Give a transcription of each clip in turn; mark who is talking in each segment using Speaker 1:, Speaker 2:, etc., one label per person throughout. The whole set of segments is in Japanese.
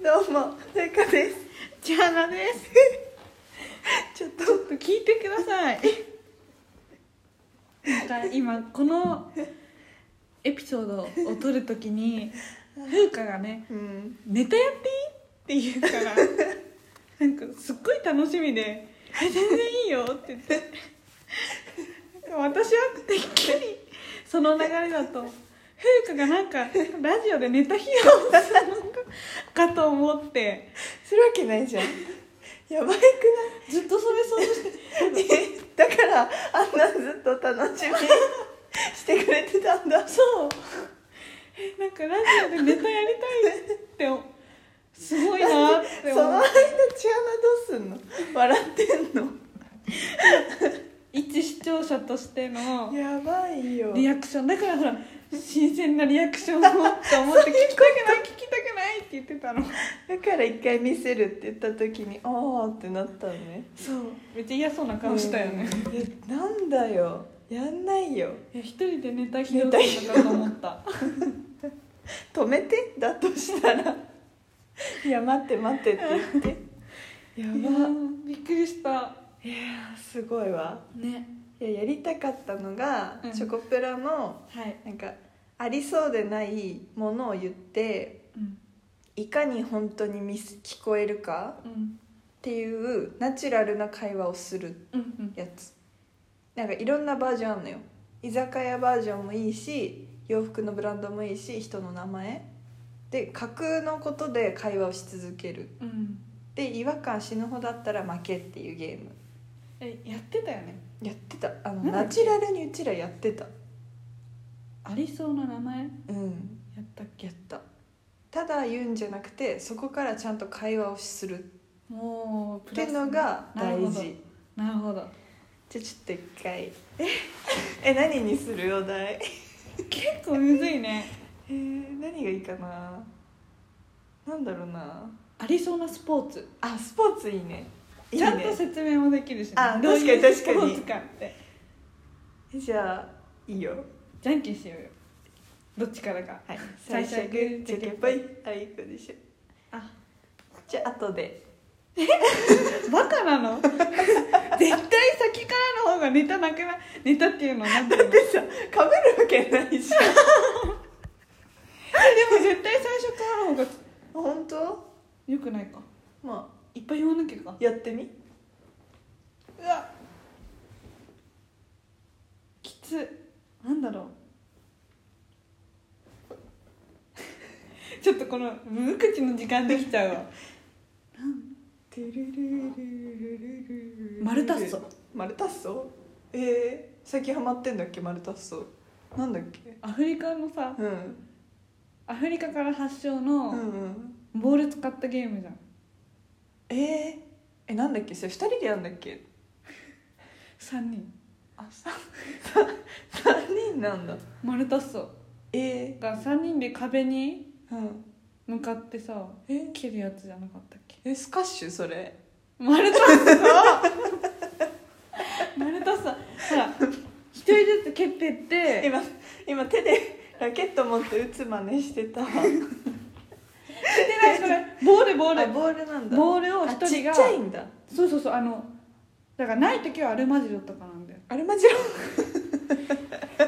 Speaker 1: どうも、さゆかです。
Speaker 2: ジャーナです。
Speaker 1: ちょっと
Speaker 2: ちょっと聞いてください。なんか今このエピソードを撮るときに風花がね
Speaker 1: うん、
Speaker 2: 「ネタやっていい?」って言うからなんかすっごい楽しみで「え全然いいよ」って言って私はてっきりその流れだと風花がなんかラジオでネタ披露するのかと思って
Speaker 1: するわけないじゃん。 やばいく
Speaker 2: ずっとそれ想像して
Speaker 1: ない。 えだから、あんなずっと楽しみにしてくれてたんだ。
Speaker 2: そうえなんかラジオでネタやりたいっておすごいなっ
Speaker 1: そ
Speaker 2: て思
Speaker 1: の
Speaker 2: う
Speaker 1: 間、チアナどうすんの。笑ってん
Speaker 2: 一視聴者としての
Speaker 1: の。やばいよ。
Speaker 2: リアクションだからほら新鮮なリアクションをって思って聞きたくない聞きたくないって言ってたの
Speaker 1: だから、一回見せるって言った時に、あーってなったのね。
Speaker 2: そうめっちゃ嫌そうな顔したよね
Speaker 1: うん。えなんだよ。やんないよ。
Speaker 2: いや一人でネタ披露するのかと思った
Speaker 1: 止めて、だとしたら。いや、待って、待ってって言って。や
Speaker 2: や
Speaker 1: ば。
Speaker 2: びっくりした
Speaker 1: いやーすごいわ
Speaker 2: ね
Speaker 1: いややりたかったのが、
Speaker 2: うん
Speaker 1: チョコプラの
Speaker 2: はい、
Speaker 1: なんかありそうでないものを言って
Speaker 2: うん
Speaker 1: いかに本当にミス聞こえるか
Speaker 2: うん、
Speaker 1: っていうナチュラルな会話をする
Speaker 2: うんうん
Speaker 1: やつなんかいろんなバージョンあるのよ居酒屋バージョンもいいし洋服のブランドもいいし人の名前で架空のことで会話をし続ける
Speaker 2: うん
Speaker 1: で違和感死ぬほどあったら負けっていうゲーム
Speaker 2: えやってたよね
Speaker 1: やってたあの
Speaker 2: なんだっけ
Speaker 1: ナチュラルにうちらやってた
Speaker 2: ありそうな名前や
Speaker 1: うん
Speaker 2: ったっけ
Speaker 1: やったただ言うんじゃなくてそこからちゃんと会話をする
Speaker 2: もう
Speaker 1: っ
Speaker 2: プ
Speaker 1: てい
Speaker 2: ラス
Speaker 1: うのが大
Speaker 2: なるほど
Speaker 1: 事
Speaker 2: なるほど
Speaker 1: じゃあちょっと一回ええ何にするお題
Speaker 2: 結構むずいね
Speaker 1: えー何がいいかななんだろうな
Speaker 2: ありそうなスポーツ
Speaker 1: あスポーツいいねいい
Speaker 2: ちゃんと
Speaker 1: ね
Speaker 2: 説明もできるし、ね、
Speaker 1: あ
Speaker 2: どういう
Speaker 1: 確かに確かに
Speaker 2: スポーツかって
Speaker 1: じゃあいいよ
Speaker 2: じゃんけんしようよどっちからが
Speaker 1: はい
Speaker 2: 最初はグー
Speaker 1: じゃけんぽいあいい子でしょ
Speaker 2: あ
Speaker 1: じゃあ後で
Speaker 2: バカなの 絶対先からの方がネタなくないネタっていうのなん ていうので
Speaker 1: でさかぶるわけないし
Speaker 2: も絶対最初からの方が
Speaker 1: 本当
Speaker 2: 良くないか
Speaker 1: ま
Speaker 2: いっぱい言わなきゃか
Speaker 1: あやってみ
Speaker 2: うわきつなんだろう ちょっとこの無口の時間できちゃうわ
Speaker 1: トゥルルルルルルル
Speaker 2: マルタッソ
Speaker 1: マルタッソえー、最近ハマってんだっけマルタッソなんだっけ
Speaker 2: アフリカのさ
Speaker 1: うん
Speaker 2: アフリカから発
Speaker 1: う
Speaker 2: 祥
Speaker 1: んう
Speaker 2: の
Speaker 1: ん
Speaker 2: ボール使ったゲームじゃん
Speaker 1: えー、えなんだっけそれ2人でやんだっけ
Speaker 2: 3人
Speaker 1: あ三三3人なんだ
Speaker 2: マルタッソ
Speaker 1: え
Speaker 2: が3人で壁に
Speaker 1: ー、うん
Speaker 2: 向かってさ
Speaker 1: え
Speaker 2: 蹴るやつじゃなかったっけ
Speaker 1: えスカッシュそれ
Speaker 2: マルタ ッソマルタッソほら一人ずつ蹴ってって
Speaker 1: 今今手でラケット持って打つ真似してた
Speaker 2: 蹴ってないそれボールボー
Speaker 1: あ
Speaker 2: ル
Speaker 1: ボールなんだ
Speaker 2: ボールを
Speaker 1: あ
Speaker 2: 一人
Speaker 1: ち
Speaker 2: が
Speaker 1: っちゃいんだ
Speaker 2: そうそうそうあのだからない時はアルマジロとかなんだよ
Speaker 1: アルマジロ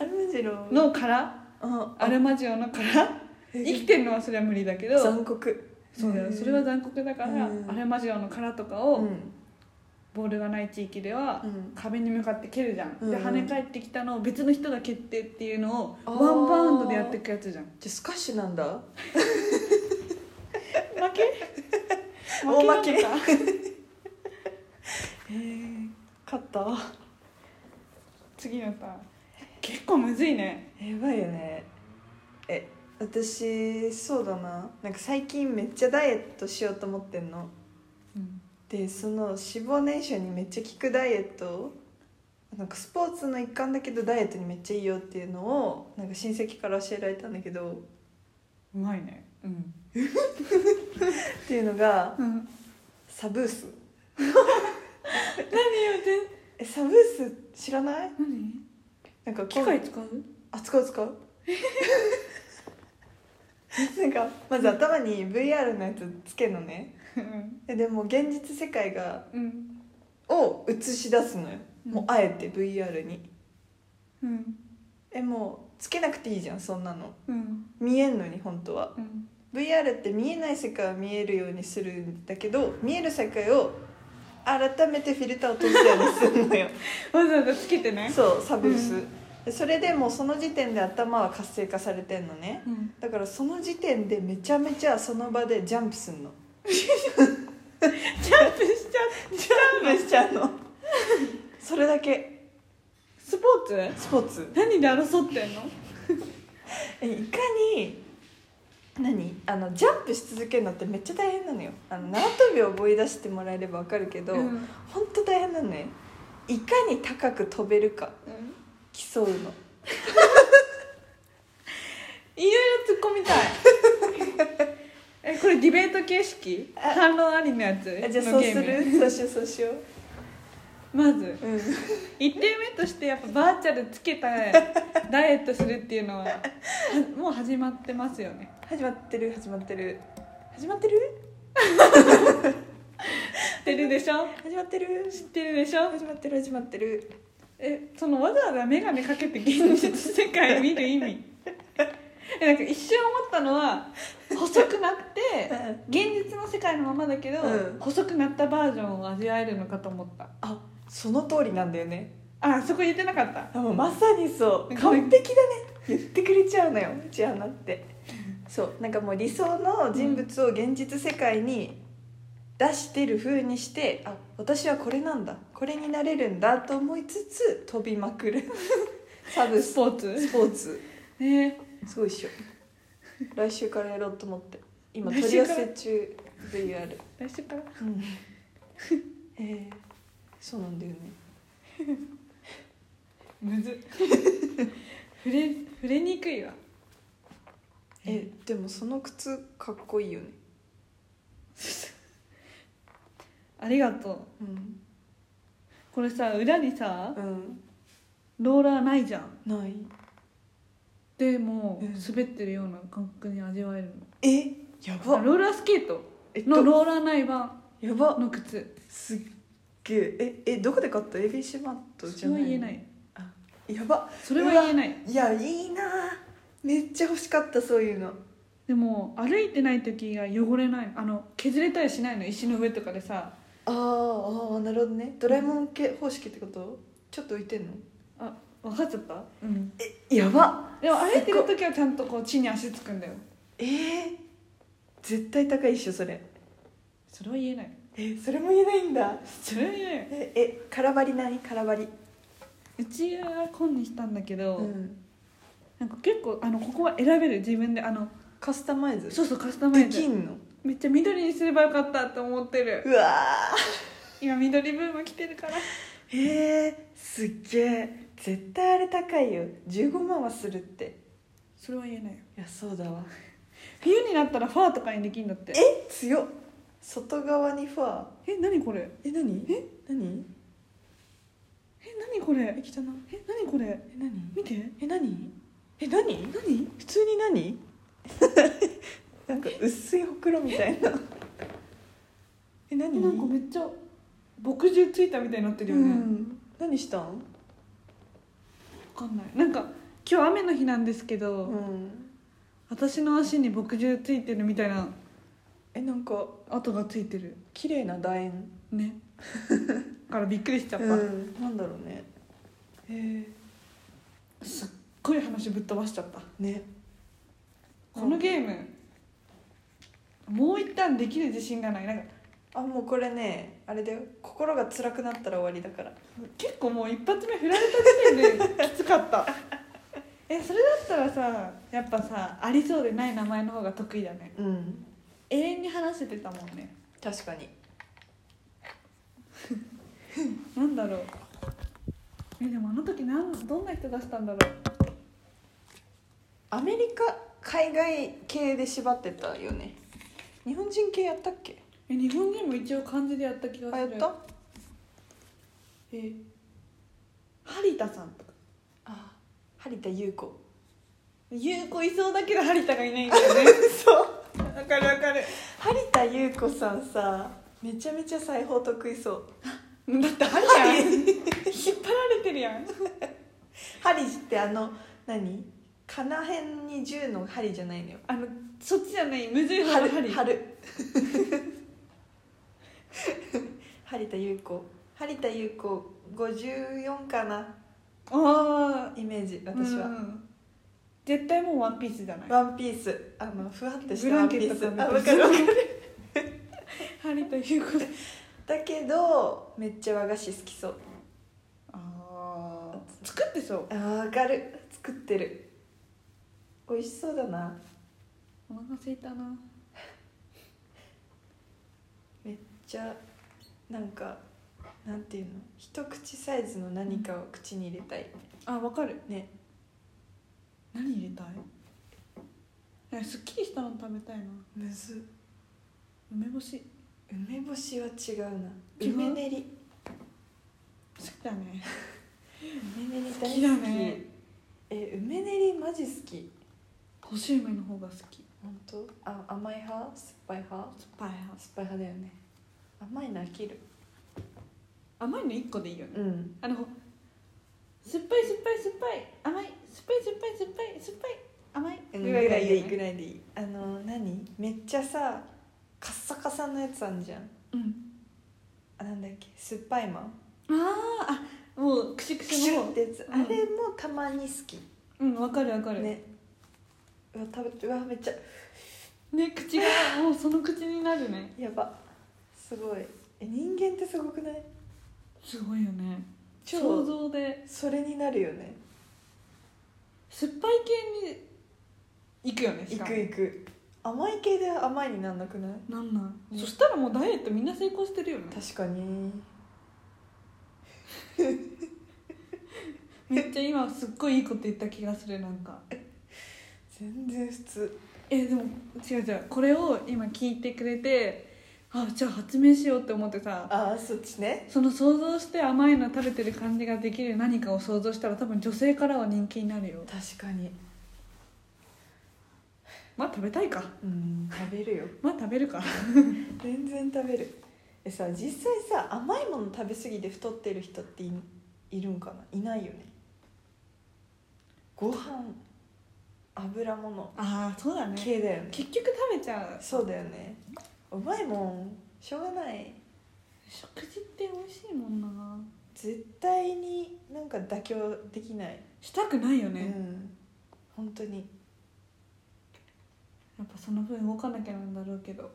Speaker 1: アルマジロ
Speaker 2: の殻
Speaker 1: あ
Speaker 2: アルマジロの殻生きてるのはそれは無理だけど
Speaker 1: 残酷
Speaker 2: そうだよそれは残酷だから、
Speaker 1: うん
Speaker 2: アルマジロの殻とか
Speaker 1: う
Speaker 2: を
Speaker 1: ん
Speaker 2: ボールがない地域では
Speaker 1: うん
Speaker 2: 壁に向かって蹴るじゃん、
Speaker 1: うんう
Speaker 2: で
Speaker 1: ん
Speaker 2: 跳ね返ってきたのを別の人が蹴ってっていうの
Speaker 1: あー
Speaker 2: をワンバウンドでやっていくやつじゃん負
Speaker 1: じゃあスカッシュなんだ
Speaker 2: け 負け
Speaker 1: 大負け
Speaker 2: なのか
Speaker 1: えー、勝った
Speaker 2: 次のさ結構むずいね
Speaker 1: やばいよねえ私そうだななんか最近めっちゃダイエットしようと思ってんの
Speaker 2: うん
Speaker 1: でその脂肪燃焼にめっちゃ効くダイエットをなんかスポーツの一環だけどダイエットにめっちゃいいよっていうのをなんか親戚から教えられたんだけど
Speaker 2: うまいねうん、
Speaker 1: っていうのが
Speaker 2: うん、
Speaker 1: サブース
Speaker 2: 何よ全
Speaker 1: えサブース知らない
Speaker 2: 何
Speaker 1: なんかこう
Speaker 2: 機械使う
Speaker 1: あ使う使うなんかまず頭に VR のやつつけのね
Speaker 2: うん
Speaker 1: ででも現実世界が
Speaker 2: うん
Speaker 1: を映し出すのよ、もうあえて VR に
Speaker 2: うん
Speaker 1: えもうつけなくていいじゃんそんなの
Speaker 2: うん
Speaker 1: 見えんのに本当は
Speaker 2: うん
Speaker 1: VR って見えない世界を見えるようにするんだけど見える世界を改めてフィルターを閉じたようにする のよ
Speaker 2: わざわざつけてね
Speaker 1: そうサブス、
Speaker 2: う
Speaker 1: でそれでもうその時点で頭は活性化されてんのね
Speaker 2: うん
Speaker 1: だからその時点でめちゃめちゃその場でジャンプすんの
Speaker 2: ジャンプしちゃう
Speaker 1: ジャンプしちゃうの それだけ
Speaker 2: スポーツ
Speaker 1: スポーツ
Speaker 2: 何で争ってんの
Speaker 1: えいかに何あのジャンプし続けるのってめっちゃ大変なのよあの縄跳びを思い出してもらえれば分かるけど、
Speaker 2: うん
Speaker 1: ほんと大変なのねいかに高く飛べるか
Speaker 2: うん
Speaker 1: 競うの
Speaker 2: いろいろ突っ込みたいえこれディベート形式
Speaker 1: あ
Speaker 2: 反論ありのやつ
Speaker 1: あじゃあ
Speaker 2: の
Speaker 1: そう
Speaker 2: ゲ
Speaker 1: す
Speaker 2: ーム
Speaker 1: る そうしようそうしよ
Speaker 2: ま
Speaker 1: う、
Speaker 2: ず
Speaker 1: うん、
Speaker 2: 1点目としてやっぱバーチャルつけたダイエットするっていうのははもう始まってますよね
Speaker 1: 始まってる始まってる始まってる
Speaker 2: 知ってるでしょ
Speaker 1: 始まってる
Speaker 2: 知ってるでしょ
Speaker 1: 始まってる始まってる
Speaker 2: えそのわざわざ眼鏡かけて現実世界見る意味 えなんか一瞬思ったのは細くなって現実の世界のままだけど、
Speaker 1: うん
Speaker 2: 細くなったバージョンを味わえるのかと思った
Speaker 1: あその通りなんだよね
Speaker 2: あそこ言ってなかった
Speaker 1: あもうまさにそう
Speaker 2: ごめ
Speaker 1: 完
Speaker 2: ん
Speaker 1: 璧だね言ってくれちゃうのようちアナってそうなんかもう理想の人物を現実世界に出してる風にしてあ私はこれなんだこれになれるんだと思いつつ飛びまく るサブ
Speaker 2: ス
Speaker 1: ス
Speaker 2: ポーツ
Speaker 1: スポーツ
Speaker 2: えー、
Speaker 1: すごいっしょ来週からやろうと思って今
Speaker 2: 来
Speaker 1: 取り寄
Speaker 2: 週から
Speaker 1: せ中 VR
Speaker 2: 来週から
Speaker 1: うん、 えー、そうなんだよね
Speaker 2: むず触れ触れにくいわ
Speaker 1: えでもその靴かっこいいよね
Speaker 2: ありがとう
Speaker 1: うん、
Speaker 2: これさ裏にさ
Speaker 1: うん、
Speaker 2: ローラーないじゃん
Speaker 1: ない
Speaker 2: でも
Speaker 1: うん
Speaker 2: 滑ってるような感覚に味わえるの
Speaker 1: えや
Speaker 2: あ
Speaker 1: ば
Speaker 2: ローラースケート
Speaker 1: えっ
Speaker 2: の
Speaker 1: と
Speaker 2: ローラーない版
Speaker 1: やば
Speaker 2: の靴
Speaker 1: すっげえええどこで買った ABC マット
Speaker 2: そ
Speaker 1: じ
Speaker 2: れ
Speaker 1: ゃな
Speaker 2: はい言えない
Speaker 1: やば
Speaker 2: それは言えない
Speaker 1: いやいいなめっちゃ欲しかったそういうの
Speaker 2: でも歩いてない時が汚れないのあの削れたりしないの石の上とかでさ
Speaker 1: あーあーなるほどねドラえもん系方式ってことちょっと浮いてんの
Speaker 2: あ分かっちゃったうん
Speaker 1: えやば
Speaker 2: でも歩いてる時はちゃんとこう地に足つくんだよ
Speaker 1: えー、絶対高いっしょそれ
Speaker 2: それは言えない
Speaker 1: えそれも言えないんだ
Speaker 2: それは言えない
Speaker 1: ええ空張り何空張り
Speaker 2: うちは紺にしたんだけど、
Speaker 1: ん
Speaker 2: なんか結構あのここは選べる自分であの
Speaker 1: カスタマイズ
Speaker 2: そうそうカスタマ
Speaker 1: で
Speaker 2: イ
Speaker 1: き
Speaker 2: ズ
Speaker 1: んの
Speaker 2: めっちゃ緑にすればよかったって思ってる
Speaker 1: うわー
Speaker 2: 今緑ブーム来てるから
Speaker 1: へえすっげえ絶対あれ高いよ15万はするって
Speaker 2: それは言えないよ
Speaker 1: いやそうだわ
Speaker 2: 冬になったらファーとかにできるんだって
Speaker 1: え強っ外側にファー
Speaker 2: え何これ
Speaker 1: え何え何
Speaker 2: え何これ
Speaker 1: え汚っ
Speaker 2: え何これ
Speaker 1: え何
Speaker 2: 見て
Speaker 1: え何え何
Speaker 2: 何
Speaker 1: 普通に 何なんか薄いほくろみたいなえ何
Speaker 2: なんかめっちゃ墨汁ついたみたいになってるよね、
Speaker 1: う
Speaker 2: わ
Speaker 1: ん何したん
Speaker 2: かんないなんか今日雨の日なんですけど、
Speaker 1: ん
Speaker 2: 私の足に墨汁ついてるみたいな
Speaker 1: えなんか
Speaker 2: 跡がついてる
Speaker 1: 綺麗な楕円
Speaker 2: ねだからびっくりしちゃった、
Speaker 1: うんなんだろうねえ
Speaker 2: すっごい話ぶっ飛ばしちゃった
Speaker 1: ね
Speaker 2: このゲームもう一旦できる自信がないなんか
Speaker 1: あもうこれねあれだよ心が辛くなったら終わりだから
Speaker 2: 結構もう一発目振られた時点できつかった えそれだったらさやっぱさありそうでない名前の方が得意だね
Speaker 1: うん
Speaker 2: 永遠に話せてたもんね
Speaker 1: 確かに
Speaker 2: なんだろうえでもあの時なんどんな人出したんだろ
Speaker 1: アメリカ海外系で縛ってたよね日本人系やったっけ
Speaker 2: うえ日本人も一応漢字でやった気がする
Speaker 1: あやった
Speaker 2: えハリタさんとか
Speaker 1: あ張田優子
Speaker 2: 優子いそうだけどハリタがいないんだ よね
Speaker 1: そう
Speaker 2: わかるわかる
Speaker 1: 張田優子さんさめちゃめちゃ裁縫得意そう
Speaker 2: だってハリやん引っ張られてるやん
Speaker 1: 針ってあの何金辺に銃の針じゃないのよ
Speaker 2: あのそっちじゃない無重
Speaker 1: 春
Speaker 2: 量のハリ
Speaker 1: 春 張田優子張田優子54かな
Speaker 2: ああ
Speaker 1: イメージ私は、
Speaker 2: 絶対もうワンピースじゃない
Speaker 1: ワンピースあのふわってした
Speaker 2: ブ
Speaker 1: ワ
Speaker 2: ラ
Speaker 1: ン
Speaker 2: ン
Speaker 1: ピ
Speaker 2: ケ
Speaker 1: ー
Speaker 2: ッ
Speaker 1: ス
Speaker 2: ト
Speaker 1: あ
Speaker 2: と
Speaker 1: わかるわかる
Speaker 2: ハリと優 子
Speaker 1: だけどめっちゃ和菓子好きそう
Speaker 2: ああ作ってそう
Speaker 1: あわかる作ってる美味しそうだな
Speaker 2: お腹すいたな
Speaker 1: めっちゃなんかなんていうの一口サイズの何かを口に入れたい
Speaker 2: あわかる
Speaker 1: ね
Speaker 2: 何入れたいえすっきりしたの食べたいな
Speaker 1: むずっ
Speaker 2: 梅干し
Speaker 1: 梅干しは違うな
Speaker 2: 違う
Speaker 1: 梅練り
Speaker 2: 好きだね
Speaker 1: 梅練り
Speaker 2: 好
Speaker 1: 大好
Speaker 2: き
Speaker 1: き
Speaker 2: だね
Speaker 1: え梅練りマジ好き
Speaker 2: 干し梅の方が好き酸
Speaker 1: 本当あ甘い派酸っぱい派
Speaker 2: っぱい派
Speaker 1: 酸っぱい派だよね甘いの飽きる
Speaker 2: 甘いの1個でいいよね
Speaker 1: うん
Speaker 2: あの酸っぱい酸っぱい酸っぱい甘い酸っぱい酸っぱい酸っぱい酸っぱい甘い
Speaker 1: ぐらいでいい
Speaker 2: よ
Speaker 1: ぐ
Speaker 2: ね
Speaker 1: らいでいいあの何めっちゃさカッサカサのやつあんじゃん
Speaker 2: うん
Speaker 1: あなんだっけ酸っぱいマン
Speaker 2: あーあもうクシュク
Speaker 1: クシ
Speaker 2: シュ
Speaker 1: ュ
Speaker 2: の
Speaker 1: っ
Speaker 2: 方
Speaker 1: てやつ、
Speaker 2: うん
Speaker 1: あれもたまに好き
Speaker 2: うんわかるわかるね
Speaker 1: ねうわ食べてうわめっちゃ
Speaker 2: 口がもうその口になるね
Speaker 1: やばすごいえ人間ってすごくない
Speaker 2: すごいよね想
Speaker 1: 超
Speaker 2: 像で
Speaker 1: それになるよね
Speaker 2: 酸っぱい系にいくよね
Speaker 1: い
Speaker 2: しかも
Speaker 1: くいく甘い系で甘いになんなくない
Speaker 2: なんなん、
Speaker 1: ね
Speaker 2: そしたらもうダイエットみんな成功してるよね
Speaker 1: 確かに
Speaker 2: めっちゃ今すっごいいいこと言った気がするなんか
Speaker 1: 全然普通
Speaker 2: えでも違う違うこれを今聞いてくれてあじゃあ発明しようって思ってさ
Speaker 1: ああそっちね
Speaker 2: その想像して甘いの食べてる感じができる何かを想像したら多分女性からは人気になるよ
Speaker 1: 確かに
Speaker 2: まあ食べたいか
Speaker 1: うん食べるよ
Speaker 2: まあ食べるか
Speaker 1: 全然食べるえさ実際さ甘いもの食べ過ぎて太ってる人っていいるんかないないよねご飯油物
Speaker 2: ああそうだ
Speaker 1: 系だよね
Speaker 2: 結局食べちゃう
Speaker 1: そうだよねうまいもんしょうがない
Speaker 2: 食事って美味しいもんな
Speaker 1: 絶対になんか妥協できない、
Speaker 2: したくないよね、
Speaker 1: うん本当にい
Speaker 2: やっぱその分動かなきゃなんだろうけど
Speaker 1: や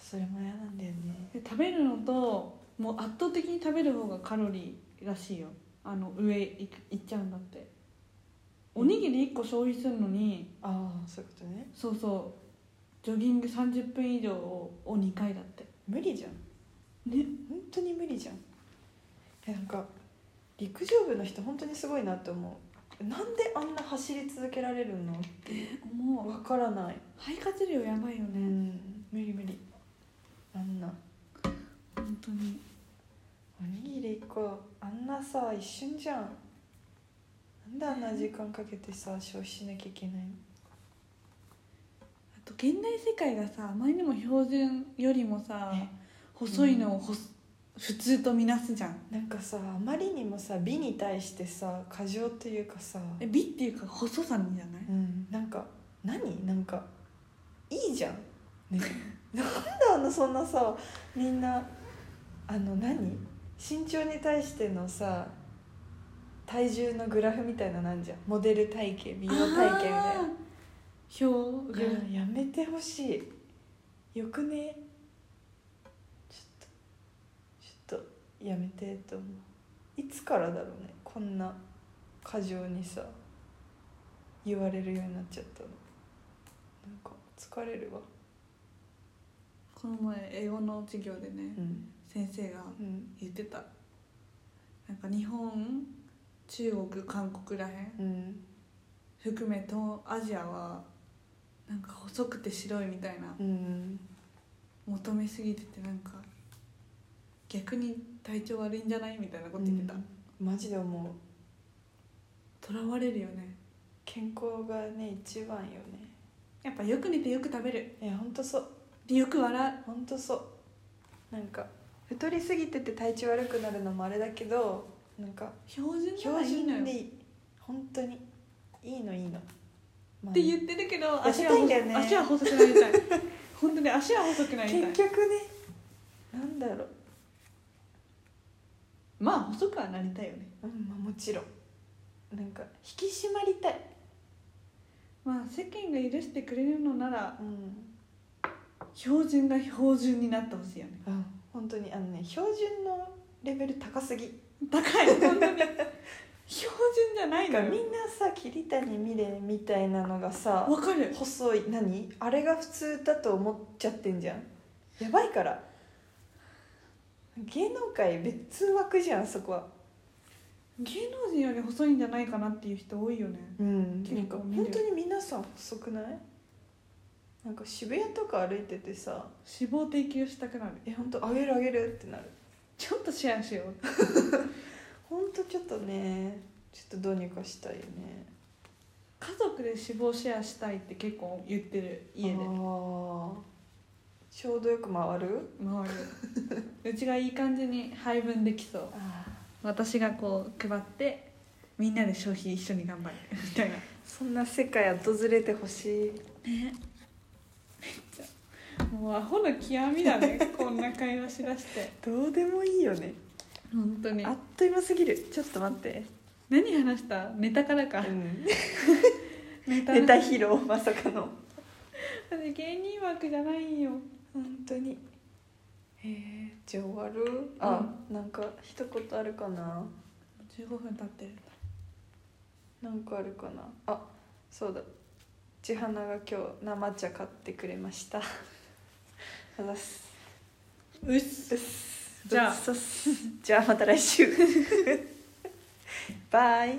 Speaker 1: それも嫌なんだよね
Speaker 2: で食べるのともう圧倒的に食べる方がカロリーらしいよあの上いくいっちゃうんだっておにぎり1個消費するのに
Speaker 1: ああそういうことね
Speaker 2: そうそうジョギング30分以上を2回だって
Speaker 1: 無理じゃん
Speaker 2: ね
Speaker 1: 本当に無理じゃんえなんか陸上部の人本当にすごいなって思うなんであんな走り続けられるの
Speaker 2: 思う
Speaker 1: わからない
Speaker 2: 肺活量やばいよ
Speaker 1: う
Speaker 2: ね
Speaker 1: ん無理無理あんな
Speaker 2: 本当に
Speaker 1: おにぎり1個あんなさ一瞬じゃんなんであんな時間かけてさ消費しなきゃいけないの
Speaker 2: あと現代世界がさあまりにも標準よりもさ
Speaker 1: ね
Speaker 2: 細いのをほす普通とみなすじゃん
Speaker 1: なんかさあまりにもさ美に対してさ過剰というかさ、
Speaker 2: え美っていうか細さにじゃない
Speaker 1: うん、なんか何なんかいいじゃん、ね、 なんであのそんなさみんなあの何身長に対してのさ体重のグラフみたいななんじゃんモデル体型美容体型みたい
Speaker 2: あー表が
Speaker 1: な、いややめてほしいよくねちょっとちょっとやめてと思ういつからだろうねこんな過剰にさ言われるようになっちゃったのなんか疲れるわ
Speaker 2: この前英語の授業でね
Speaker 1: うん、
Speaker 2: 先生が
Speaker 1: うん
Speaker 2: 言ってたなんか日本中国韓国らへん
Speaker 1: うん
Speaker 2: 含め東アジアはなんか細くて白いみたいな
Speaker 1: うん、
Speaker 2: 求めすぎててなんか逆に体調悪いんじゃないみたいなこと言ってた
Speaker 1: うんマジで思う
Speaker 2: とらわれるよね
Speaker 1: 健康がね一番よね
Speaker 2: やっぱよく寝てよく食べる
Speaker 1: いやほんとそう
Speaker 2: でよく笑
Speaker 1: ほんとそうなんか太りすぎてて体調悪くなるのもあれだけどなんか
Speaker 2: う標準なら
Speaker 1: 標
Speaker 2: いいの
Speaker 1: 準
Speaker 2: よ
Speaker 1: でいい本当にいいのいいの、まあ
Speaker 2: って言ってるけど
Speaker 1: 痩
Speaker 2: 足
Speaker 1: せ
Speaker 2: は
Speaker 1: たい
Speaker 2: 細
Speaker 1: んだよね
Speaker 2: 足は細くなり たい本当に足は細くなりたい
Speaker 1: 結局ねなんだろう、
Speaker 2: まあ細くはなりたいよね
Speaker 1: うんまあ、もちろんなんか引き締まりたい、
Speaker 2: まあ世間が許してくれるのなら
Speaker 1: うん
Speaker 2: 標準が標準になってほしいよね
Speaker 1: うん、本当にあのね標準のレベル高すぎ
Speaker 2: 高い本当に標準じゃない
Speaker 1: な
Speaker 2: の
Speaker 1: んかみ
Speaker 2: よ
Speaker 1: んなさ桐谷美玲みたいなのがさ
Speaker 2: わかる
Speaker 1: 細い何あれが普通だと思っちゃってんじゃんやばいから芸能界別枠じゃんそこは
Speaker 2: 芸能人より細いんじゃないかなっていう人多いよね
Speaker 1: うん
Speaker 2: 結構
Speaker 1: なんか
Speaker 2: 見る
Speaker 1: 本当に皆さん細くないなんか渋谷とか歩いててさ
Speaker 2: 脂肪提供したくなる
Speaker 1: え本当あげるあげるってなる
Speaker 2: ちょっとシェアしよう
Speaker 1: 本当ちょっとねちょっとどうにかしたいよね
Speaker 2: 家族で脂肪シェアしたいって結構言ってる家で
Speaker 1: あーちょうどよく回る
Speaker 2: 回るうちがいい感じに配分できそう
Speaker 1: あ
Speaker 2: 私がこう配ってみんなで消費一緒に頑張るみたいな
Speaker 1: そんな世界訪れてほしい
Speaker 2: もうアホの極みだねこんな会話しだして
Speaker 1: どうでもいいよね
Speaker 2: 本当に
Speaker 1: あっという間すぎるちょっと待って
Speaker 2: 何話したネタからかネ
Speaker 1: ネタ披露まさかの
Speaker 2: 私芸人枠じゃないよ
Speaker 1: 本当にへえじゃあ終わるあ、なんか一言あるかな
Speaker 2: 15分経ってる
Speaker 1: なんかあるかなあそうだ千花が今日生茶買ってくれましたあざっす
Speaker 2: うっす
Speaker 1: うっす
Speaker 2: じゃあ
Speaker 1: うっさっすじ ゃあまた来週バイ